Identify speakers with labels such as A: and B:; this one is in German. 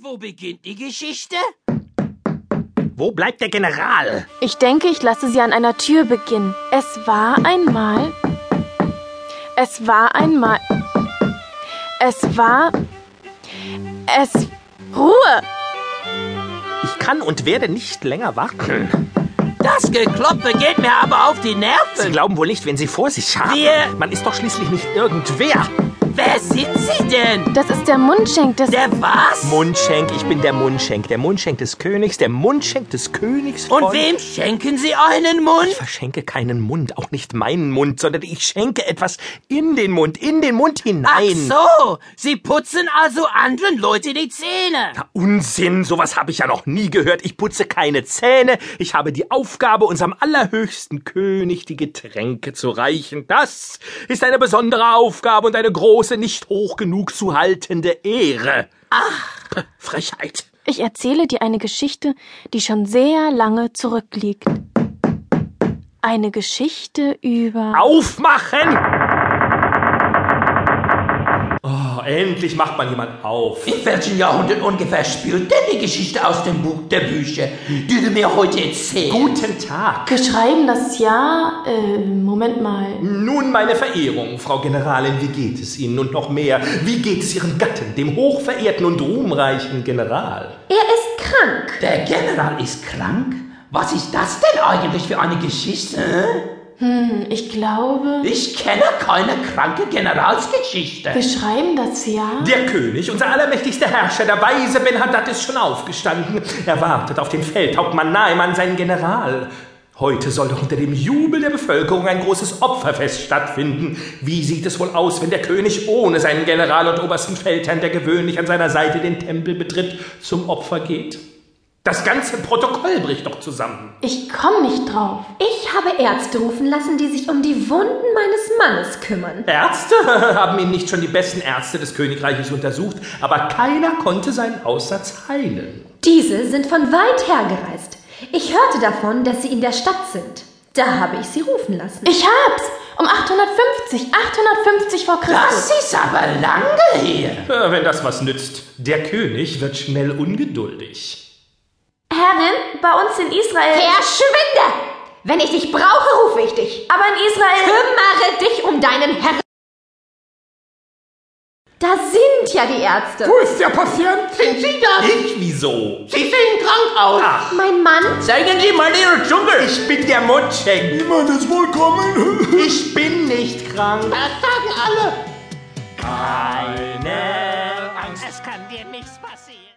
A: wo beginnt die Geschichte?
B: Wo bleibt der General?
C: Ich denke, ich lasse sie an einer Tür beginnen. Es war einmal. Es war einmal. Es war. Es. Ruhe!
B: Ich kann und werde nicht länger warten.
A: Das Gekloppe geht mir aber auf die
B: Sie
A: Nerven.
B: glauben wohl nicht, wenn Sie vor sich haben.
A: Wir-
B: Man ist doch schließlich nicht irgendwer.
A: Wer sind Sie denn?
C: Das ist der Mundschenk des.
A: Der was?
B: Mundschenk, ich bin der Mundschenk. Der Mundschenk des Königs, der Mundschenk des Königs.
A: Und
B: von-
A: wem schenken Sie einen
B: Ich
A: Mund?
B: verschenke keinen Mund, auch nicht meinen Mund, sondern ich schenke etwas in den Mund, in den Mund hinein.
A: Ach so, Sie putzen also anderen Leute die Zähne.
B: Na, Unsinn, sowas habe ich ja noch nie gehört. Ich putze keine Zähne. Ich habe die Aufgabe, unserem allerhöchsten König die Getränke zu reichen. Das ist eine besondere Aufgabe und eine große, nicht hoch genug zu haltende Ehre. Ach, Frechheit.
C: Ich erzähle dir eine Geschichte, die schon sehr lange zurückliegt. Eine Geschichte über.
B: Aufmachen! Oh, endlich macht mal jemand auf.
A: In welchem Jahrhundert ungefähr spielt denn die Geschichte aus dem Buch der Bücher, die du mir heute erzählst?
B: Guten Tag.
C: Wir schreiben das Jahr. Äh, Moment mal.
B: Nun meine Verehrung, Frau Generalin, wie geht es Ihnen und noch mehr? Wie geht es Ihrem Gatten, dem hochverehrten und ruhmreichen General?
D: Er ist krank.
A: Der General ist krank? Was ist das denn eigentlich für eine Geschichte? hä?
C: Ich glaube.
A: Ich kenne keine kranke Generalsgeschichte.
C: Wir schreiben das Jahr.
B: Der König, unser allermächtigster Herrscher, der weise Ben Haddad ist schon aufgestanden. Er wartet auf den Feldhauptmann Naiman, seinen General. Heute soll doch unter dem Jubel der Bevölkerung ein großes Opferfest stattfinden. Wie sieht es wohl aus, wenn der König ohne seinen General und obersten Feldherrn, der gewöhnlich an seiner Seite den Tempel betritt, zum Opfer geht? Das ganze Protokoll bricht doch zusammen.
C: Ich komme nicht drauf.
D: Ich habe Ärzte rufen lassen, die sich um die Wunden meines Mannes kümmern.
B: Ärzte haben ihn nicht schon die besten Ärzte des Königreiches untersucht, aber keiner konnte seinen Aussatz heilen.
D: Diese sind von weit her gereist. Ich hörte davon, dass sie in der Stadt sind. Da habe ich sie rufen lassen.
C: Ich hab's! Um 850, 850 vor
A: Das
C: Christus.
A: ist aber lange her.
B: Äh, Wenn das was nützt. Der König wird schnell ungeduldig.
C: Herrin, bei uns in
D: Äh,
C: Israel.
D: Verschwinde! Wenn ich dich brauche, rufe ich dich.
C: Aber in Israel.
D: Kümmere dich um deinen Herrn. Da sind ja die Ärzte.
B: ist der Patient?
A: Sind Sie das?
B: Ich wieso?
A: Sie sehen krank aus.
B: Ach,
D: Mein Mann?
A: Zeigen Sie mal Ihre Zunge.
B: ich bin der Mundschenk. Niemand ist willkommen. Ich bin nicht krank.
A: Das sagen alle.
B: Keine
A: Es kann dir nichts